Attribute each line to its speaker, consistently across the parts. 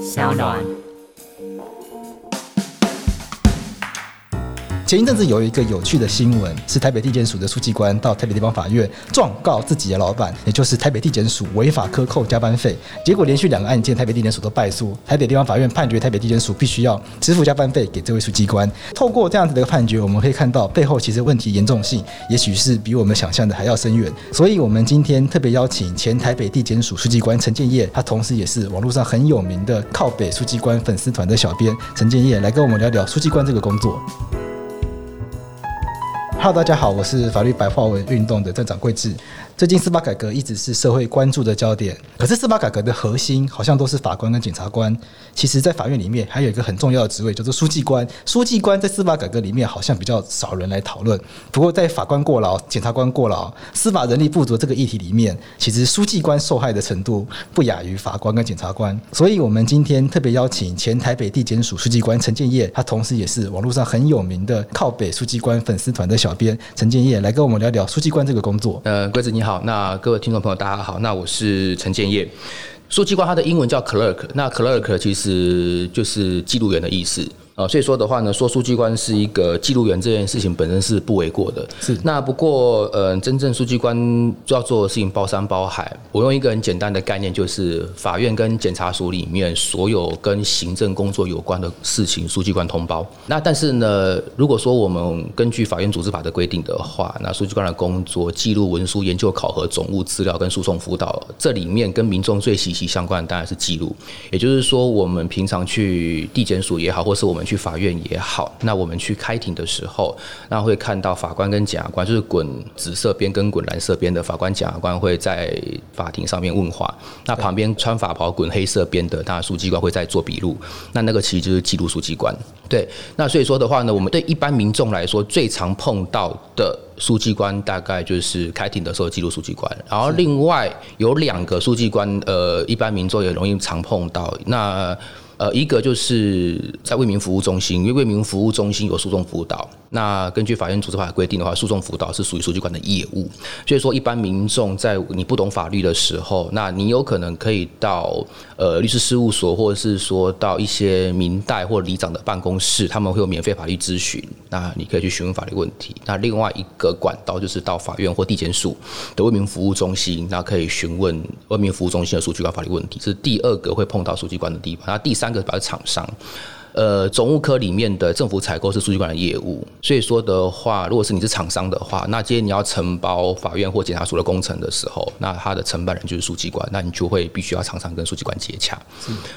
Speaker 1: 小暖。
Speaker 2: 前一阵子有一个有趣的新闻，是台北地检署的书记官到台北地方法院状告自己的老板，也就是台北地检署违法克扣加班费。结果连续两个案件，台北地检署都败诉，台北地方法院判决台北地检署必须要支付加班费给这位书记官。透过这样子的一个判决，我们可以看到背后其实问题严重性，也许是比我们想象的还要深远。所以，我们今天特别邀请前台北地检署书记官陈建业，他同时也是网络上很有名的靠北书记官粉丝团的小编陈建业，来跟我们聊聊书记官这个工作。Hello，大家好，我是法律白话文运动的站长桂智。最近司法改革一直是社会关注的焦点，可是司法改革的核心好像都是法官跟检察官。其实，在法院里面还有一个很重要的职位，叫做书记官。书记官在司法改革里面好像比较少人来讨论。不过，在法官过劳、检察官过劳、司法人力不足这个议题里面，其实书记官受害的程度不亚于法官跟检察官。所以，我们今天特别邀请前台北地检署书记官陈建业，他同时也是网络上很有名的靠北书记官粉丝团的小编陈建业，来跟我们聊聊书记官这个工作。
Speaker 3: 呃，桂子你好，那各位听众朋友大家好，那我是陈建业。书记官它的英文叫 clerk，那 clerk 其实就是记录员的意思啊、呃所以说的话呢，说书记官是一个记录员这件事情本身是不为过的。
Speaker 2: 是
Speaker 3: 那不过呃，真正书记官要做的事情包山包海。我用一个很简单的概念，就是法院跟检察署里面所有跟行政工作有关的事情，书记官通包。那但是呢，如果说我们根据法院组织法的规定的话，那书记官的工作记录文书、研究考核、总务资料跟诉讼辅导，这里面跟民众最息息相关的当然是记录。也就是说，我们平常去地检署也好，或是我们去法院也好，那我们去开庭的时候，那会看到法官跟检察官，就是滚紫色边跟滚蓝色边的法官、检察官会在法庭上面问话。那旁边穿法袍滚黑色边的，当然书记官会在做笔录。那那个其实就是记录书记官。对，那所以说的话呢，我们对一般民众来说，最常碰到的书记官大概就是开庭的时候记录书记官，然后另外有两个书记官，呃，一般民众也容易常碰到。那呃，一个就是在为民服务中心，因为为民服务中心有诉讼辅导。那根据法院组织法的规定的话，诉讼辅导是属于书记官的业务，所以说一般民众在你不懂法律的时候，那你有可能可以到呃律师事务所，或者是说到一些民代或里长的办公室，他们会有免费法律咨询，那你可以去询问法律问题。那另外一个管道就是到法院或地检署的为民服务中心，那可以询问为民服务中心的书记官法律问题，这是第二个会碰到书记官的地方。那第三个是表示厂商。呃，总务科里面的政府采购是书记官的业务，所以说的话，如果是你是厂商的话，那今天你要承包法院或检察署的工程的时候，那他的承办人就是书记官，那你就会必须要常常跟书记官接洽。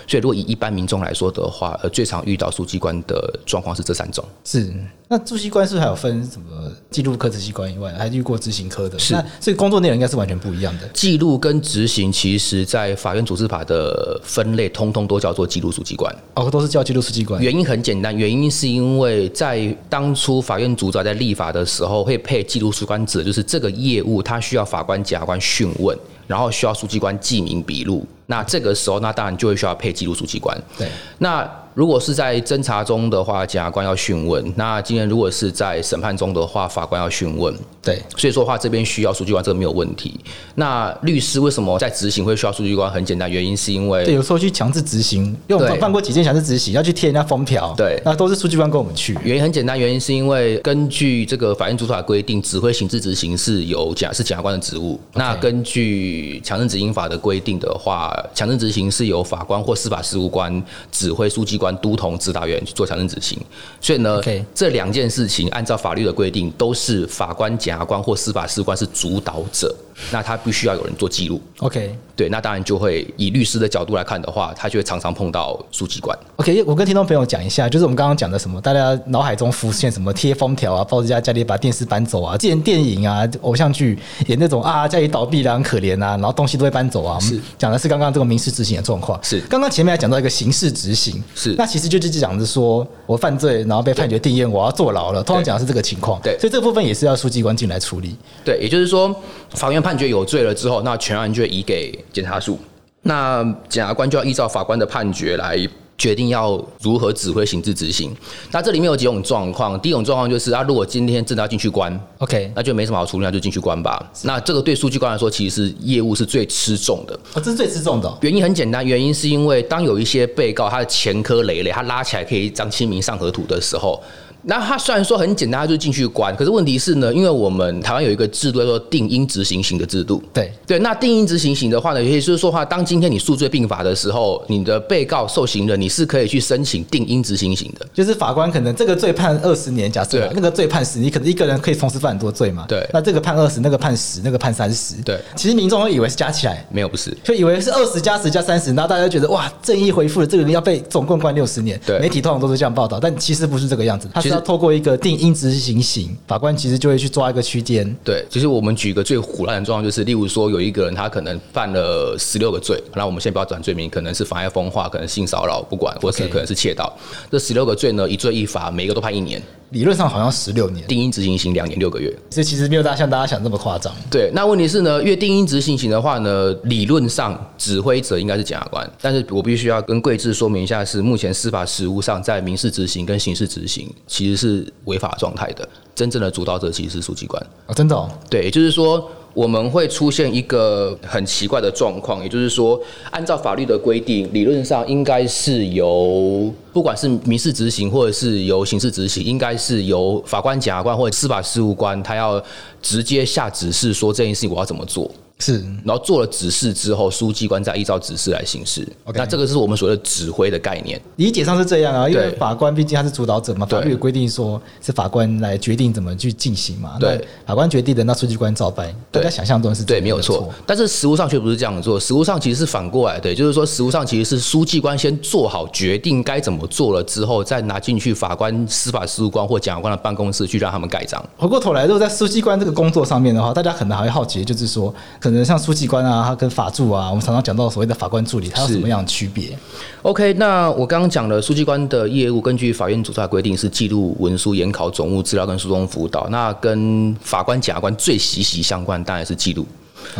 Speaker 3: 所以如果以一般民众来说的话，呃，最常遇到书记官的状况是这三种。
Speaker 2: 是，那住习官是不是还有分什么记录科、执行官以外，还遇过执行科的？
Speaker 3: 是
Speaker 2: 那所以工作内容应该是完全不一样的。
Speaker 3: 记录跟执行，其实在法院组织法的分类，通通都叫做记录书记官。
Speaker 2: 哦，都是叫记录书记官。
Speaker 3: 原因很简单，原因是因为在当初法院组长在立法的时候，会配记录书官者，就是这个业务，它需要法官、检察官讯问，然后需要书记官记名笔录。那这个时候，那当然就会需要配记录书记官。
Speaker 2: 对，
Speaker 3: 那如果是在侦查中的话，检察官要讯问；那今天如果是在审判中的话，法官要讯问。
Speaker 2: 对，
Speaker 3: 所以说的话，这边需要书记官，这个没有问题。那律师为什么在执行会需要书记官？很简单，原因是因为
Speaker 2: 对，有时候去强制执行，因为我们
Speaker 3: 对
Speaker 2: 办过几件强制执行，要去贴人家封条，
Speaker 3: 对
Speaker 2: 那都是书记官跟我们去。
Speaker 3: 原因很简单，原因是因为根据这个法院主法规定，指挥刑事执行是由检是检察官的职务。那根据强制执行法的规定的话，强制执行是由法官或司法事务官指挥书记官、都统、指导员去做强制执行。所以呢
Speaker 2: OK
Speaker 3: 这两件事情按照法律的规定，都是法官、检察官或司法事务官是主导者，那他必须要有人做记录。
Speaker 2: OK
Speaker 3: 对，那当然就会以律师的角度来看的话，他就会常常碰到书记官。
Speaker 2: OK，我跟听众朋友讲一下，就是我们刚刚讲的什么，大家脑海中浮现什么贴封条啊，抱着家家里把电视搬走啊，之前电影啊、偶像剧演那种啊，家里倒闭了很可怜啊，然后东西都会搬走啊。我们讲的是刚刚这个民事执行的状况。
Speaker 3: 是
Speaker 2: 刚刚前面还讲到一个刑事执行，
Speaker 3: 是
Speaker 2: 那其实就是讲的说我犯罪，然后被判决定谳，我要坐牢了。通常讲的是这个情况，
Speaker 3: 对
Speaker 2: 所以这部分也是要书记官进来处理。
Speaker 3: 对，也就是说，法院判决有罪了之后，那全案就会移给检察署，那检察官就要依照法官的判决来决定要如何指挥行政执行。那这里面有几种状况，第一种状况就是啊，如果今天真的要进去关，
Speaker 2: OK，
Speaker 3: 那就没什么好处理，那就进去关吧。那这个对书记官来说，其实是业务是最吃重的。
Speaker 2: 哦，这是最吃重的哦、
Speaker 3: 原因很简单，原因是因为当有一些被告他的前科累累，他拉起来可以张清明上河图的时候，那他虽然说很简单，他就进去关，可是问题是呢，因为我们台湾有一个制度叫做定因执行刑的制度。
Speaker 2: 对，
Speaker 3: 对，那定因执行刑的话呢，也就是说话，当今天你数罪并罚的时候，你的被告受刑人你是可以去申请定因执行刑的。
Speaker 2: 就是法官可能这个罪判二十年，假设啊
Speaker 3: 对
Speaker 2: 那个罪判十，你可能一个人可以同时犯很多罪嘛。
Speaker 3: 对
Speaker 2: 那这个判二十，那个判十，那个判三十。
Speaker 3: 对，
Speaker 2: 其实民众会以为是加起来，
Speaker 3: 没有，不是。
Speaker 2: 就以为是二十加十加三十，然后大家就觉得哇，正义回复了，这个人要被总共关六十年。
Speaker 3: 对
Speaker 2: 媒体通常都是这样报道，但其实不是这个样子，他是
Speaker 3: 其实
Speaker 2: 要透过一个定因执行刑，法官其实就会去抓一个区间。
Speaker 3: 对，其实我们举一个最胡乱的状况，就是例如说有一个人他可能犯了十六个罪，那我们先不要转罪名，可能是妨碍风化，可能性骚扰，不管，或是
Speaker 2: OK
Speaker 3: 可能是窃盗。这十六个罪呢，一罪一罚，每一个都判一年，
Speaker 2: 理论上好像十六年，
Speaker 3: 定因执行刑两年六个月。
Speaker 2: 所以其实没有大家像大家想这么夸张。
Speaker 3: 对，那问题是呢，越定因执行刑的话呢，理论上指挥者应该是检察官，但是我必须要跟贵志说明一下，是目前司法实务上在民事执行跟刑事执行其实是违法状态的，真正的主导者其实是书记官。
Speaker 2: 哦，真的、哦，
Speaker 3: 对，也就是说，我们会出现一个很奇怪的状况，也就是说，按照法律的规定，理论上应该是由不管是民事执行或者是由刑事执行，应该是由法官、检察官或者司法事务官，他要直接下指示说这件事情我要怎么做。
Speaker 2: 是
Speaker 3: 然后做了指示之后，书记官再依照指示来行事。
Speaker 2: OK
Speaker 3: 那这个是我们所谓的指挥的概念。
Speaker 2: 理解上是这样啊，因为
Speaker 3: 对
Speaker 2: 法官毕竟他是主导者嘛，法
Speaker 3: 对
Speaker 2: 律有规定说是法官来决定怎么去进行嘛。
Speaker 3: 对，
Speaker 2: 法官决定的，那书记官照办。大
Speaker 3: 对
Speaker 2: 家想象中是这
Speaker 3: 对，
Speaker 2: 样
Speaker 3: 没有错。。但是实务上却不是这样做，实务上其实是反过来的，也就是说，实务上其实是书记官先做好决定该怎么做了之后，再拿进去法官、司法事务官或检察官的办公室去让他们盖章。
Speaker 2: 回过头来，如果在书记官这个工作上面的话，大家可能还会好奇，就是说，可能像书记官啊，他跟法助啊，我们常常讲到所谓的法官助理，他有
Speaker 3: 是
Speaker 2: 什么样的区别？
Speaker 3: OK，那我刚刚讲了，书记官的业务根据法院主查规定是记录文书、研考、总务资料跟诉讼辅导。那跟法官、检察官最息息相关，当然是记录。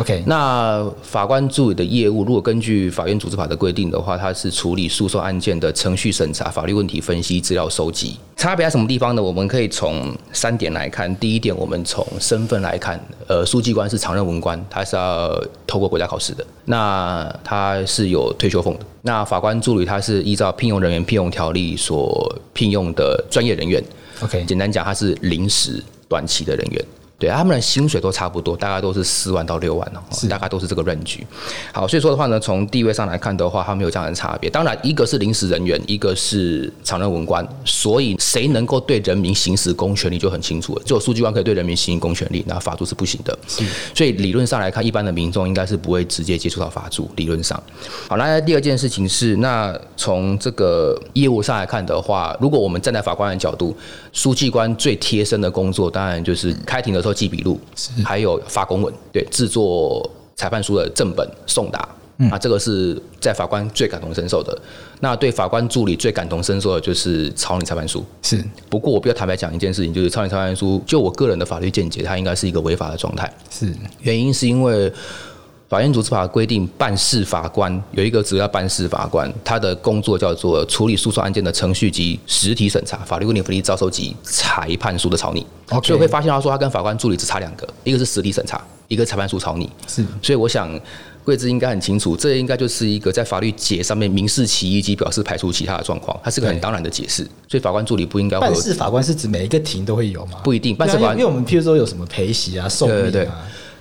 Speaker 2: OK，
Speaker 3: 那法官助理的业务，如果根据法院组织法的规定的话，它是处理诉讼案件的程序审查、法律问题分析、资料收集。差别在什么地方呢？我们可以从三点来看。第一点，我们从身份来看，呃，书记官是常任文官，他是要透过国家考试的，那他是有退休俸的。那法官助理他是依照聘用人员聘用条例所聘用的专业人员。
Speaker 2: OK，
Speaker 3: 简单讲，他是临时短期的人员。对，啊他们的薪水都差不多，大概都是四万到六万哦，大概都是这个 range。好，所以说的话呢，从地位上来看的话，他们有这样的差别。当然，一个是临时人员，一个是常任文官，所以谁能够对人民行使公权力就很清楚了。只有书记官可以对人民行使公权力，那法助是不行的。所以理论上来看，一般的民众应该是不会直接接触到法助。理论上，好，那第二件事情是，那从这个业务上来看的话，如果我们站在法官的角度，书记官最贴身的工作，当然就是开庭的时候记笔录，还有发公文，对，制作裁判书的正本送达。啊，这个是在法官最感同身受的。那对法官助理最感同身受的就是草拟裁判书。
Speaker 2: 是
Speaker 3: 不过，我必须坦白讲一件事情，就是草拟裁判书，就我个人的法律见解，它应该是一个违法的状态。
Speaker 2: 是
Speaker 3: 原因是因为法院组织法规定，办事法官有一个职叫办事法官，他的工作叫做处理诉讼案件的程序及实体审查、法律问题分析、招收及裁判书的草拟。
Speaker 2: OK
Speaker 3: 所以会发现他说他跟法官助理只差两个，一个是实体审查，一个是裁判书草拟。
Speaker 2: 是
Speaker 3: 所以我想。贵志应该很清楚，这应该就是一个在法律解上面民事其一及表示排除其他的状况，它是个很
Speaker 2: 对
Speaker 3: 当然的解释，所以法官助理不应该会
Speaker 2: 办
Speaker 3: 有
Speaker 2: 事法官是指每一个庭都会有吗？
Speaker 3: 不一定办事
Speaker 2: 对啊
Speaker 3: 法
Speaker 2: 因为因为我们譬如说有什么陪席啊、送
Speaker 3: 对对
Speaker 2: 礼
Speaker 3: 对
Speaker 2: 啊。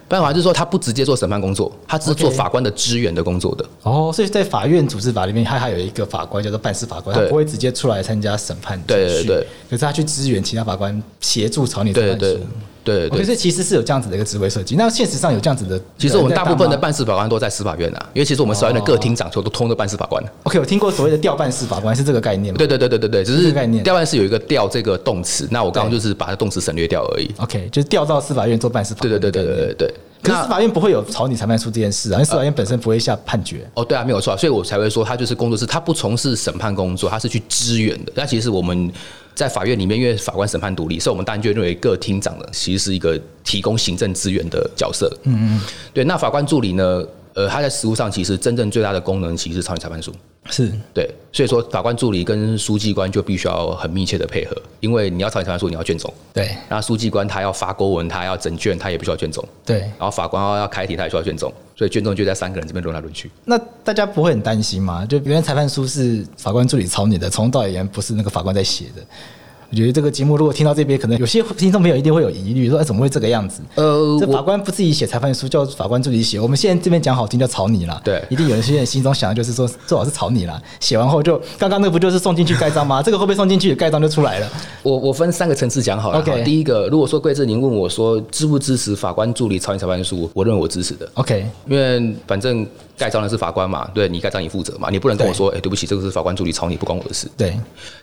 Speaker 3: 办法，就是说他不直接做审判工作，他只是做
Speaker 2: OK
Speaker 3: 法官的支援的工作的。
Speaker 2: 哦，所以在法院组织法里面，他还有一个法官叫做办事法官，他
Speaker 3: 对
Speaker 2: 不会直接出来参加审判程
Speaker 3: 对对
Speaker 2: 序
Speaker 3: 对，
Speaker 2: 可是他去支援其他法官协助草拟裁
Speaker 3: 对
Speaker 2: 判
Speaker 3: 对
Speaker 2: 书。
Speaker 3: 对
Speaker 2: 我
Speaker 3: 对
Speaker 2: 觉。得其实哦是有这样子的一个职位设计。那现实上有这样子的人在当吗，
Speaker 3: 其实我们大部分的办事法官都在司法院啊，因为其实我们司法院的各厅长就都通的办事法官。啊
Speaker 2: OK，我听过所谓的调办事法官是这个概念吗？
Speaker 3: 对对对对对对，只
Speaker 2: 哦这
Speaker 3: 是
Speaker 2: 个概念
Speaker 3: 调办是有一个调这个动词，那我刚刚就是把它动词省略掉而已。
Speaker 2: ，OK，就是调到司法院做办事法
Speaker 3: 对
Speaker 2: 官的
Speaker 3: 对对
Speaker 2: 概念。
Speaker 3: 对对对对。
Speaker 2: 可是司法院不会有草拟裁判书这件事啊，因为司法院本身不会下判决。
Speaker 3: 哦，对啊，没有错啊，所以我才会说他就是工作室，他不从事审判工作，他是去支援的。那其实我们在法院里面，因为法官审判独立，所以我们当然就认为各厅长呢，其实是一个提供行政资源的角色。嗯嗯，对。那法官助理呢？呃，他在实务上其实真正最大的功能其实是草拟裁判书。
Speaker 2: 是
Speaker 3: 对，所以说法官助理跟书记官就必须要很密切的配合，因为你要朝你裁判书，你要卷宗，
Speaker 2: 对
Speaker 3: 那书记官他要发公文，他要整卷，他也必须要卷宗，
Speaker 2: 对。
Speaker 3: 然后法官要开庭，他也需要卷宗，所以卷宗就在三个人这边轮来轮去。
Speaker 2: 那大家不会很担心吗？就原来裁判书是法官助理草拟的，从头到尾原来不是那个法官在写的。我觉得这个节目如果听到这边，可能有些听众朋友一定会有疑虑，说哎怎么会这个样子？
Speaker 3: 呃
Speaker 2: 这法官不自己写裁判书，叫法官助理写。我们现在这边讲好听叫草拟啦，
Speaker 3: 对
Speaker 2: 一定有些人心中想的就是说最好是草拟啦。写完后就刚刚那个不就是送进去盖章吗？这个会不会送进去盖章就出来了？
Speaker 3: 我我分三个层次讲好了。
Speaker 2: OK
Speaker 3: 好第一个，如果说桂志您问我说支不支持法官助理草拟裁判书，我认为我支持的，
Speaker 2: OK，
Speaker 3: 因为反正盖章的是法官嘛，对你盖章你负责嘛，你不能跟我说，哎、对不起，这个是法官助理草拟，不关我的事。
Speaker 2: 对，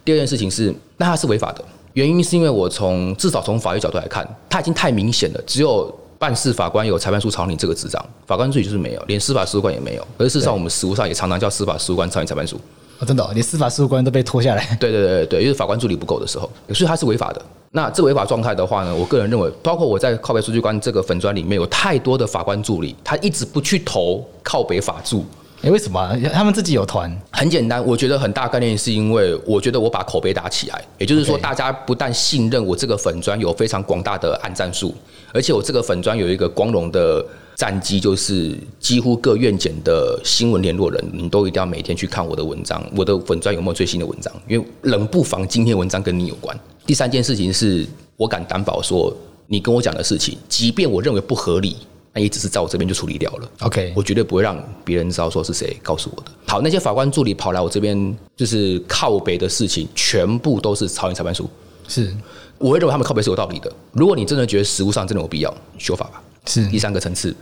Speaker 3: 第二件事情是，那它是违法的，原因是因为我从至少从法律角度来看，它已经太明显了，只有。办事法官有裁判书草拟这个执掌，法官助理就是没有，连司法事务官也没有。而事实上，我们实务上也常常叫司法事务官草拟裁判书。
Speaker 2: 哦、真的哦、连司法事务官都被拖下来。
Speaker 3: 对对对对对，因为法官助理不够的时候，所以它是违法的。那这违法状态的话呢，我个人认为，包括我在靠北数据官这个粉砖里面有太多的法官助理，他一直不去投靠北法助。
Speaker 2: 哎，为什么啊、他们自己有团？
Speaker 3: 很简单，我觉得很大概念是因为我觉得我把口碑打起来，也就是说，
Speaker 2: OK
Speaker 3: 大家不但信任我这个粉砖有非常广大的按赞数，而且我这个粉砖有一个光荣的战绩，就是几乎各院检的新闻联络人，你都一定要每天去看我的文章，我的粉砖有没有最新的文章，因为冷不防今天文章跟你有关。第三件事情是我敢担保说，你跟我讲的事情，即便我认为不合理，那也只是在我这边就处理掉了。
Speaker 2: OK，
Speaker 3: 我绝对不会让别人知道说是谁告诉我的。好，那些法官助理跑来我这边，就是靠北的事情，全部都是草原裁判书。
Speaker 2: 是
Speaker 3: 我会认为他们靠北是有道理的。如果你真的觉得实务上真的有必要，修法吧。
Speaker 2: 是
Speaker 3: 第三个层次，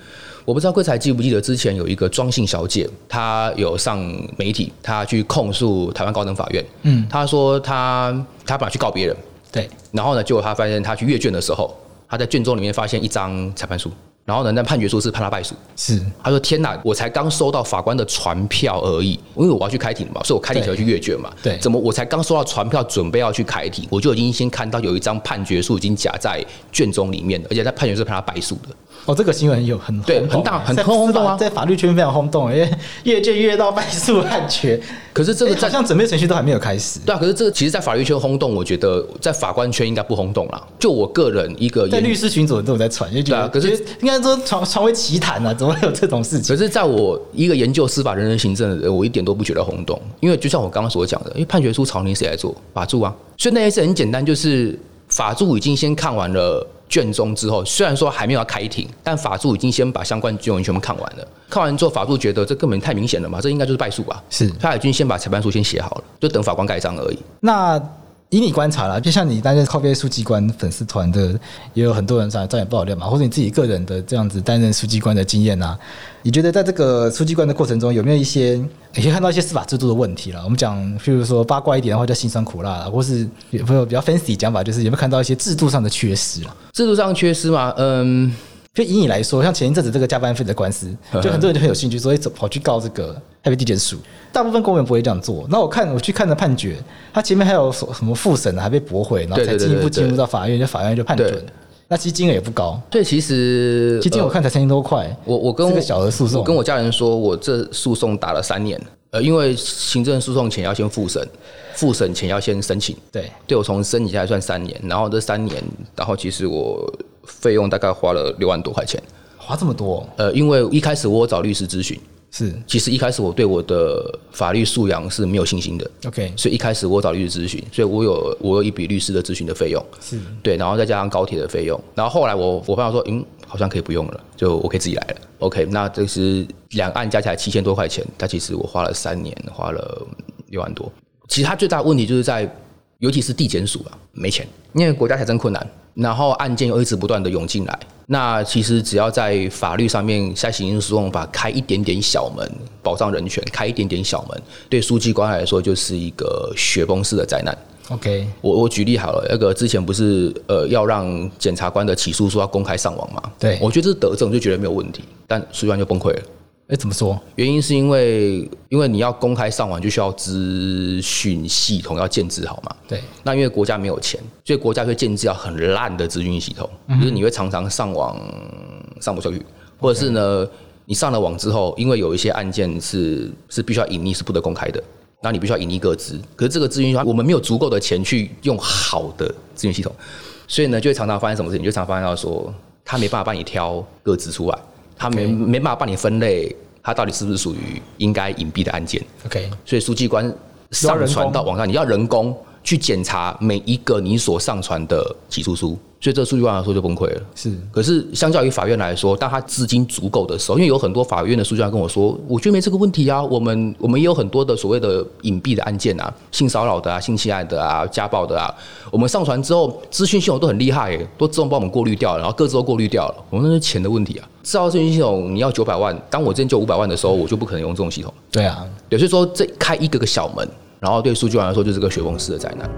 Speaker 3: 我不知道贵才记不记得之前有一个庄姓小姐，她有上媒体，她去控诉台湾高等法院。嗯，她说她她本来去告别人，
Speaker 2: 对，
Speaker 3: 然后呢，结果她发现她去阅卷的时候，她在卷宗里面发现一张裁判书，然后呢，那判决书是判她败诉。
Speaker 2: 是
Speaker 3: 他说：“天哪，我才刚收到法官的传票而已，因为我要去开庭嘛，所以我开庭前要去阅卷嘛。
Speaker 2: 对
Speaker 3: 怎么我才刚收到传票，准备要去开庭，我就已经先看到有一张判决书已经夹在卷宗里面了，而且在判决书是判他败诉的。
Speaker 2: 哦，这个新闻有很
Speaker 3: 对
Speaker 2: 轰动
Speaker 3: 很大很
Speaker 2: 在
Speaker 3: 很轰动啊
Speaker 2: 在法律圈非常轰动，因为越界越到败诉判决，
Speaker 3: 可是这
Speaker 2: 这
Speaker 3: 个
Speaker 2: 个
Speaker 3: 在
Speaker 2: 哎好像准备程序都还没有开始。
Speaker 3: 对啊，可是这个其实，在法律圈轰动，我觉得在法官圈应该不轰动啦。就我个人一个
Speaker 2: 在
Speaker 3: 研
Speaker 2: 律师群组都有在传，就觉
Speaker 3: 对
Speaker 2: 得
Speaker 3: 啊可是
Speaker 2: 觉得应该说传传为奇谈啊，怎么会有这种事情？
Speaker 3: 可是，在我一个研究司法、人人行政的人，我一点都不觉得轰动，因为就像我刚刚所讲的，因为判决书草拟谁来做？法助啊，所以那件事很简单，就是法助已经先看完了卷宗之后，虽然说还没有要开庭，但法助已经先把相关卷文全部看完了。看完之后，法助觉得这根本太明显了嘛，这应该就是败诉吧？
Speaker 2: 是
Speaker 3: 他已经先把裁判书先写好了，就等法官盖章而已。
Speaker 2: 那以你观察啦，就像你担任靠边书记官粉丝团的，也有很多人想找你爆料嘛，或者你自己个人的这样子担任书记官的经验啊，你觉得在这个书记官的过程中，有没有一些也可以看到一些司法制度的问题啦？我们讲，譬如说八卦一点的话，叫辛酸苦辣啦，或是有没有比较 fancy 讲法，就是有没有看到一些制度上的缺失啦？
Speaker 3: 制度上缺失吗？嗯，
Speaker 2: 就以你来说，像前一阵子这个加班费的官 司，就很多人就很有兴趣，所以走跑去告这个台北地检署。大部分公务员不会这样做。那我看我去看了判决，他前面还有所什么复审啊，还被驳回，然后
Speaker 3: 对
Speaker 2: 才
Speaker 3: 对对
Speaker 2: 进一步
Speaker 3: 对对
Speaker 2: 进入到法院，就法院就判
Speaker 3: 对
Speaker 2: 准。那其实金额也不高，
Speaker 3: 对，其实
Speaker 2: 其实金额我
Speaker 3: 呃
Speaker 2: 看才三千多块。
Speaker 3: 我我跟
Speaker 2: 是个小额诉讼
Speaker 3: 我跟我家人说，我这诉讼打了三年，呃，因为行政诉讼前要先复审，复审前要先申请，
Speaker 2: 对，
Speaker 3: 对我从申请下来算三年，然后这三年，然后其实我费用大概花了六万多块钱，
Speaker 2: 花这么多
Speaker 3: 呃，因为一开始我有找律师咨询，
Speaker 2: 是
Speaker 3: 其实一开始我对我的法律素养是没有信心的，
Speaker 2: OK
Speaker 3: 所以一开始我找律师咨询，所以我有我有一笔律师的咨询的费用，
Speaker 2: 是
Speaker 3: 对，然后再加上高铁的费用，然后后来我我朋友说，嗯，好像可以不用了，就我可以自己来了。OK，那这是两岸加起来七千多块钱，但其实我花了三年，花了六万多。其实它最大的问题就是在，尤其是地检署啊，没钱，因为国家财政困难，然后案件又一直不断的涌进来。那其实只要在法律上面，在行政诉讼法开一点点小门，保障人权，开一点点小门，对书记官来说就是一个雪崩式的灾难。
Speaker 2: OK
Speaker 3: 我我举例好了，那个之前不是呃要让检察官的起诉书要公开上网嘛？
Speaker 2: 对
Speaker 3: 我觉得这是德政，我就觉得没有问题，但书记官就崩溃了。
Speaker 2: 哎，怎么说？
Speaker 3: 原因是因为因为你要公开上网，就需要资讯系统要建制好嘛。
Speaker 2: 对
Speaker 3: 那因为国家没有钱，所以国家会建制要很烂的资讯系统，就是你会常常上网上不下去，或者是呢，你上了网之后，因为有一些案件是是必须要隐匿，是不得公开的。那你必须要隐匿各资，可是这个资源我们没有足够的钱去用好的资源系统，所以呢，就会常常发生什么事情，就常发现到说，他没办法帮你挑各资出来，他没没办法帮你分类，他到底是不是属于应该隐蔽的案件，
Speaker 2: OK，
Speaker 3: 所以书记官上传到网上，你要人工去检查每一个你所上传的起诉书，所以这书记官来说就崩溃了。
Speaker 2: 是
Speaker 3: 可是相较于法院来说，当他资金足够的时候，因为有很多法院的书记官跟我说，我觉得没这个问题啊，我们我们也有很多的所谓的隐蔽的案件啊，性骚扰的啊、性侵害的啊、家暴的啊，我们上传之后，资讯系统都很厉害耶，都自动帮我们过滤掉了，然后各自都过滤掉了，我们那是钱的问题啊。知道资讯系统你要九百万，当我之前就五百万的时候，我就不可能用这种系统。
Speaker 2: 对啊，
Speaker 3: 对，所以说这开一个个小门，然后对数据来说就是个雪崩式的灾难。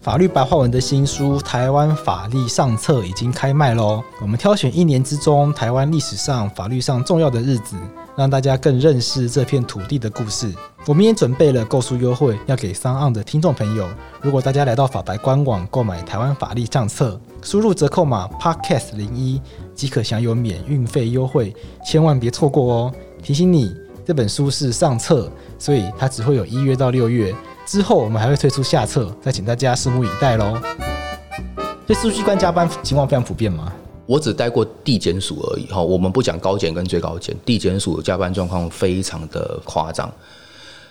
Speaker 2: 法律白话文的新书《台湾法律上册》已经开卖喽！我们挑选一年之中台湾历史上法律上重要的日子，让大家更认识这片土地的故事。我们也准备了购书优惠，要给商岸的听众朋友。如果大家来到法白官网购买《台湾法律上册》，输入折扣码 Podcast 零一即可享有免运费优惠，千万别错过哦！提醒你，这本书是上册，所以它只会有一月到六月。之后我们还会推出下册，再请大家拭目以待喽。所以书记官加班情况非常普遍嘛？
Speaker 3: 我只带过地检署而已哈，我们不讲高检跟最高检，地检署加班状况非常的夸张。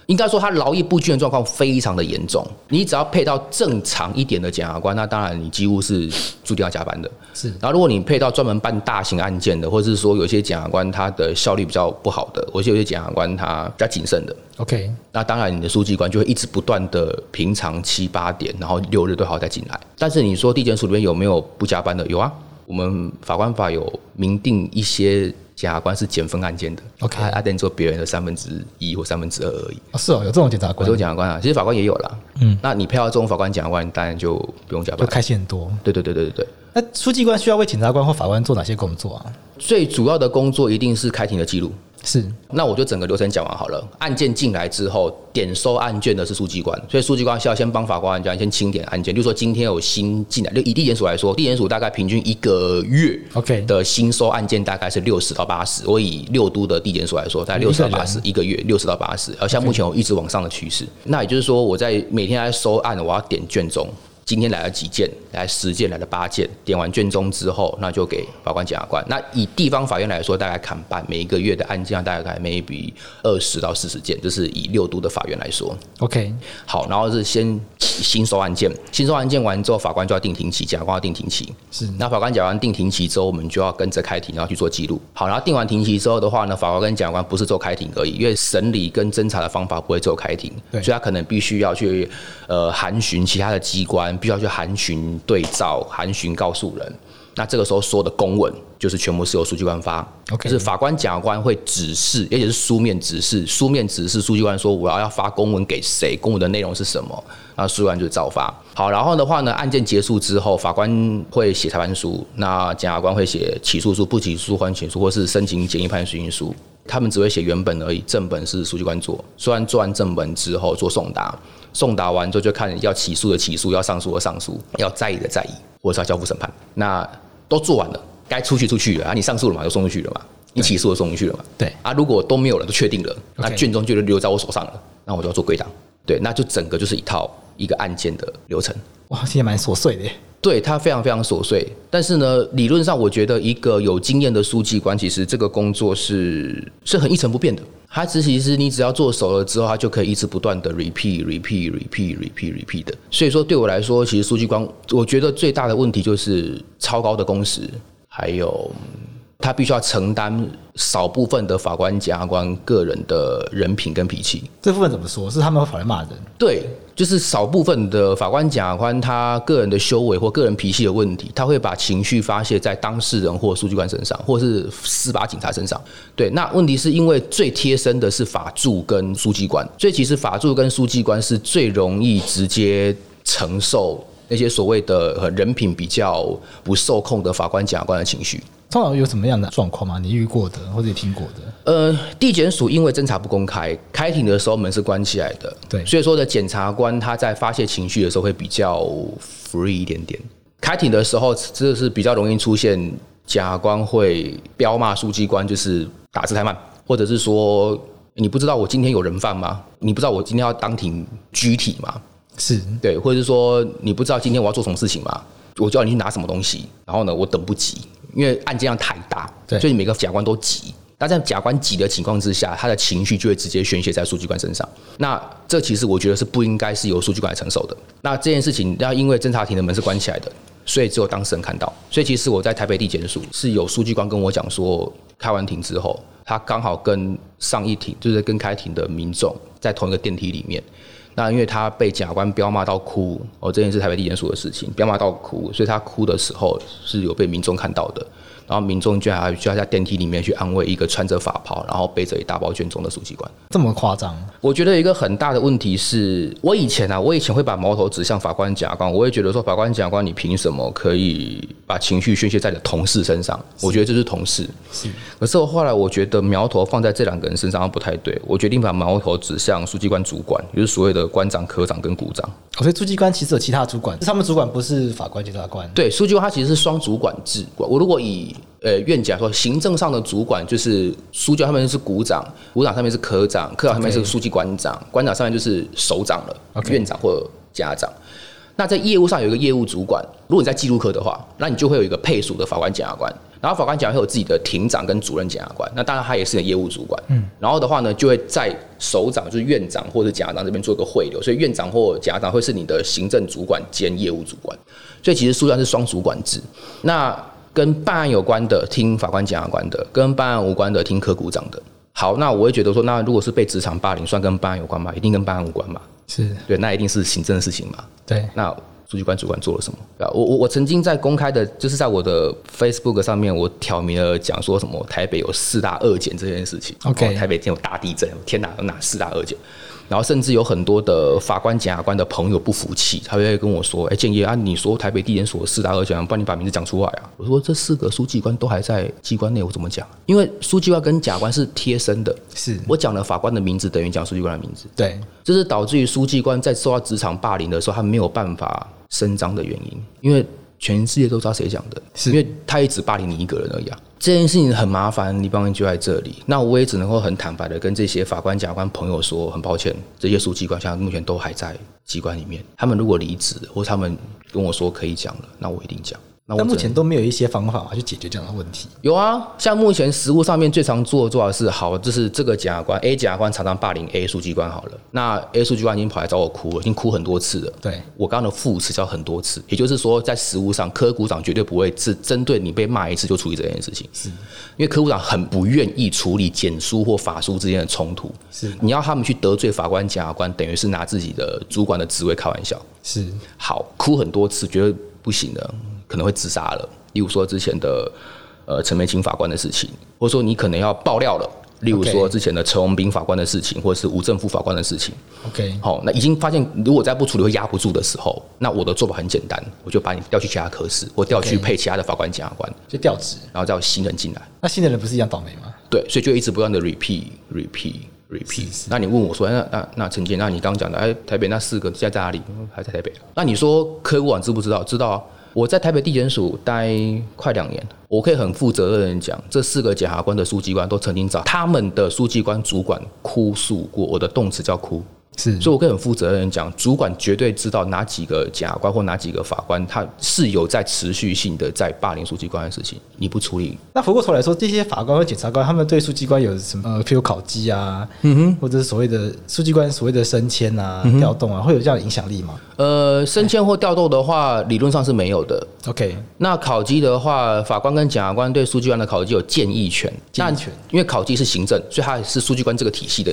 Speaker 3: 应该说，他劳逸不均的状况非常的严重。你只要配到正常一点的检察官，那当然你几乎是注定要加班的。
Speaker 2: 是
Speaker 3: 然后，如果你配到专门办大型案件的，或者是说有些检察官他的效率比较不好的，或者有些检察官他比较谨慎的，
Speaker 2: ，OK，
Speaker 3: 那当然，你的书记官就会一直不断的平常七八点，然后六日都好再进来。但是你说地检署里面有没有不加班的？有啊，我们法官法有明定一些检察官是减分案件的
Speaker 2: OK
Speaker 3: 他他等于做别人的三分之一或三分之二而已。
Speaker 2: 哦是哦，有这种检察
Speaker 3: 我
Speaker 2: 官
Speaker 3: 说检察官啊，其实法官也有啦。
Speaker 2: 嗯，
Speaker 3: 那你配到这种法官、检察官，当然就不用加
Speaker 2: 就
Speaker 3: 班。
Speaker 2: 开心很多。
Speaker 3: 对对对对对对。
Speaker 2: 那书记官需要为检察官或法官做哪些工作啊？
Speaker 3: 最主要的工作一定是开庭的记录，
Speaker 2: 是
Speaker 3: 那我就整个流程讲完好了。案件进来之后，点收案卷的是书记官，所以书记官是要先帮法官案件先清点案件。就说今天有新进来，就以地检署来说，地检署大概平均一个月
Speaker 2: OK
Speaker 3: 的新收案件大概是六十到八十。我以六都的地检署来说，大概六十到八十一个月，六十到八十。而呃像目前有一直往上的趋势。那也就是说，我在每天在收案，我要点卷宗。今天来了几件，来十件，来了八件。点完卷宗之后，那就给法官、检察官。那以地方法院来说，大概砍半，每一个月的案件大概 maybe 二十到四十件，这是以六都的法院来说。
Speaker 2: OK，
Speaker 3: 好，然后是先新收案件，新收案件完之后，法官就要定庭期，检察官要定庭期。
Speaker 2: 是
Speaker 3: 那法官、检察官定庭期之后，我们就要跟着开庭，然后去做记录。好，然后定完庭期之后的话呢，法官跟检察官不是做开庭而已，因为审理跟侦查的方法不会做开庭，
Speaker 2: 对
Speaker 3: 所以他可能必须要去呃函询其他的机关，必须要去函询对照、函询告诉人。那这个时候说的公文就是全部是由书记官发
Speaker 2: OK
Speaker 3: 就是法官、检察官会指示，而且是书面指示。书面指示书记官说我要要发公文给谁，公文的内容是什么，那书记官就照发。好，然后的话呢，案件结束之后，法官会写裁判书，那检察官会写起诉书、不起诉缓起诉，或是申请简易判询书。他们只会写原本而已，正本是书记官做。虽然做完正本之后做送达，送达完之后就看要起诉的起诉，要上诉的上诉，要再议的再议，或者是要交付审判。那都做完了，该出去出去了啊！你上诉了嘛，就送出去了嘛，你起诉了送出去了嘛。
Speaker 2: 对
Speaker 3: 啊，如果都没有了，都确定了，那
Speaker 2: OK
Speaker 3: 卷宗就留在我手上了，那我就要做归档。对，那就整个就是一套一个案件的流程。
Speaker 2: 哇，现在蛮琐碎的耶。
Speaker 3: 对它非常非常琐碎，但是呢，理论上我觉得一个有经验的书记官，其实这个工作是是很一成不变的。它只其实你只要做熟了之后，它就可以一直不断的 repeat repeat repeat repeat repeat 的。所以说对我来说，其实书记官，我觉得最大的问题就是超高的工时，还有嗯他必须要承担少部分的法官、检察官个人的人品跟脾气。
Speaker 2: 这部分怎么说？是他们会跑来骂人
Speaker 3: 对，就是少部分的法官、检察官，他个人的修为或个人脾气的问题，他会把情绪发泄在当事人或书记官身上，或是司法警察身上。对，那问题是因为最贴身的是法助跟书记官，所以其实法助跟书记官是最容易直接承受。那些所谓的呃人品比较不受控的法官、检察官的情绪，
Speaker 2: 通常有什么样的状况吗？你遇过的或者你听过的？
Speaker 3: 呃，地检署因为侦查不公开，开庭的时候门是关起来的，
Speaker 2: 对
Speaker 3: 所以说呢，检察官他在发泄情绪的时候会比较 free 一点点。开庭的时候，这是比较容易出现检察官会彪骂书记官，就是打字太慢，或者是说你不知道我今天有人犯吗？你不知道我今天要当庭拘体吗？
Speaker 2: 是
Speaker 3: 对，或者是说你不知道今天我要做什么事情吗？我叫你去拿什么东西，然后呢，我等不及，因为案件量太大，
Speaker 2: 对
Speaker 3: 所以每个法官都急。那在假官急的情况之下，他的情绪就会直接宣泄在书记官身上。那这其实我觉得是不应该是由书记官来承受的。那这件事情，那因为侦查庭的门是关起来的，所以只有当事人看到。所以其实我在台北地检署是有书记官跟我讲说，开完庭之后，他刚好跟上一庭，就是跟开庭的民众在同一个电梯里面。那因为他被检察官彪骂到哭，哦，这件是台北地检署的事情，彪骂到哭，所以他哭的时候是有被民众看到的。然后民众居然还就要在电梯里面去安慰一个穿着法袍，然后背着一大包卷宗的书记官。
Speaker 2: 这么夸张？
Speaker 3: 我觉得一个很大的问题是，我以前啊，我以前会把矛头指向法官、检察官，我会觉得说，法官、检察官，你凭什么可以把情绪宣泄在你的同事身上？我觉得这是同事。
Speaker 2: 是
Speaker 3: 可是我后来我觉得苗头放在这两个人身上不太对，我决定把苗头指向书记官主管，也就是所谓的官长、科长跟股长。
Speaker 2: 哦，所以书记官其实有其他主管，他们主管不是法官、检察官。
Speaker 3: 对，书记官他其实是双主管制。我如果以呃院讲说，行政上的主管就是书记官上面是股长，股长上面是科长，科长上面是书记官长官长上面就是首长了
Speaker 2: OK
Speaker 3: 院长或家长。那在业务上有一个业务主管，如果你在记录科的话，那你就会有一个配属的法官检察官，然后法官检察官会有自己的庭长跟主任检察官，那当然他也是个业务主管，嗯，然后的话呢，就会在首长就是院长或者检察长这边做一个汇流，所以院长或检察长会是你的行政主管兼业务主管，所以其实书记官是双主管制，那跟办案有关的听法官检察官的，跟办案无关的听科股长的。好，那我会觉得说，那如果是被职场霸凌，算跟办案有关吗？一定跟办案无关嘛？
Speaker 2: 是，
Speaker 3: 对，那一定是行政的事情嘛？
Speaker 2: 对，
Speaker 3: 那书记官主管做了什么？对啊吧？我我我曾经在公开的，就是在我的 Facebook 上面，我挑明了讲说什么台北有四大恶检这件事情。哦
Speaker 2: OK
Speaker 3: 然后台北今天有大地震，天哪，有哪四大恶检？然后甚至有很多的法官、检察官的朋友不服气，他会跟我说：“哎，建业啊，你说台北地检所四大恶检，不然你把名字讲出来啊？”我说：“这四个书记官都还在机关内，我怎么讲？因为书记官跟检察官是贴身的，
Speaker 2: 是，
Speaker 3: 我讲了法官的名字，等于讲书记官的名字。
Speaker 2: 对，
Speaker 3: 这是导致于书记官在受到职场霸凌的时候，他没有办法伸张的原因，因为全世界都知道谁讲的，
Speaker 2: 是
Speaker 3: 因为他也只霸凌你一个人而已啊。这件事情很麻烦，你帮你就在这里。那我也只能够很坦白的跟这些法官、检察官朋友说，很抱歉，这些书记官现在目前都还在机关里面。他们如果离职，或他们跟我说可以讲了，那我一定讲。那啊我
Speaker 2: 但目
Speaker 3: 只能
Speaker 2: 前都没有一些方法去解决这样的问题。
Speaker 3: 有啊，像目前实务上面最常做的做法是，好，就是这个检察官 A 检察官常常霸凌 A 书记官好了，那 A 书记官已经跑来找我哭了，已经哭很多次了。
Speaker 2: 对，
Speaker 3: 我刚刚的副词叫很多次，也就是说，在实务上，科股长绝对不会是针对你被骂一次就处理这件事情，因为科股长很不愿意处理检书或法书之间的冲突。
Speaker 2: 是
Speaker 3: 你要他们去得罪法官、检察官，等于是拿自己的主管的职位开玩笑。
Speaker 2: 是，
Speaker 3: 好哭很多次，觉得不行了，可能会自杀了。例如说之前的呃陈梅清法官的事情，或者说你可能要爆料了。例如
Speaker 2: OK
Speaker 3: 说之前的陈宏斌法官的事情，或者是吴正富法官的事情，
Speaker 2: OK，
Speaker 3: 好、那已经发现如果再不处理会压不住的时候，那我的做法很简单，我就把你调去其他科室，或调去
Speaker 2: OK
Speaker 3: 配其他的法官、检察官，
Speaker 2: 就调职。
Speaker 3: 然后再有新人进来。
Speaker 2: 那新的人不是一样倒霉吗？
Speaker 3: 对，所以就一直不断的 repeat repeat repeat
Speaker 2: 是。
Speaker 3: 那你问我说，哎那那那陈建，那你刚刚讲的，哎，台北那四个现在在哪里？嗯还在台北啊。那你说科务网知不知道？知道啊。我在台北地检署待快两年，我可以很负责任的讲，这四个检察官的书记官都曾经找他们的书记官主管哭诉过，我的动词叫哭，
Speaker 2: 是
Speaker 3: 所以我可以很负责任地讲，主管绝对知道哪几个检察官或哪几个法官，他是有在持续性的在霸凌书记官的事情，你不处理，
Speaker 2: 那回过头来说，这些法官和检察官，他们对书记官有什么？呃，譬如考绩啊，嗯哼，或者是所谓的书记官所谓的升迁啊、
Speaker 3: 嗯
Speaker 2: 调动啊，会有这样的影响力吗
Speaker 3: 呃，升迁或调动的话，理论上是没有的。
Speaker 2: ？OK，
Speaker 3: 那考绩的话，法官跟检察官对书记官的考绩有建议权，
Speaker 2: 建议权
Speaker 3: 那因为考绩是行政，所以它是书记官这个体系的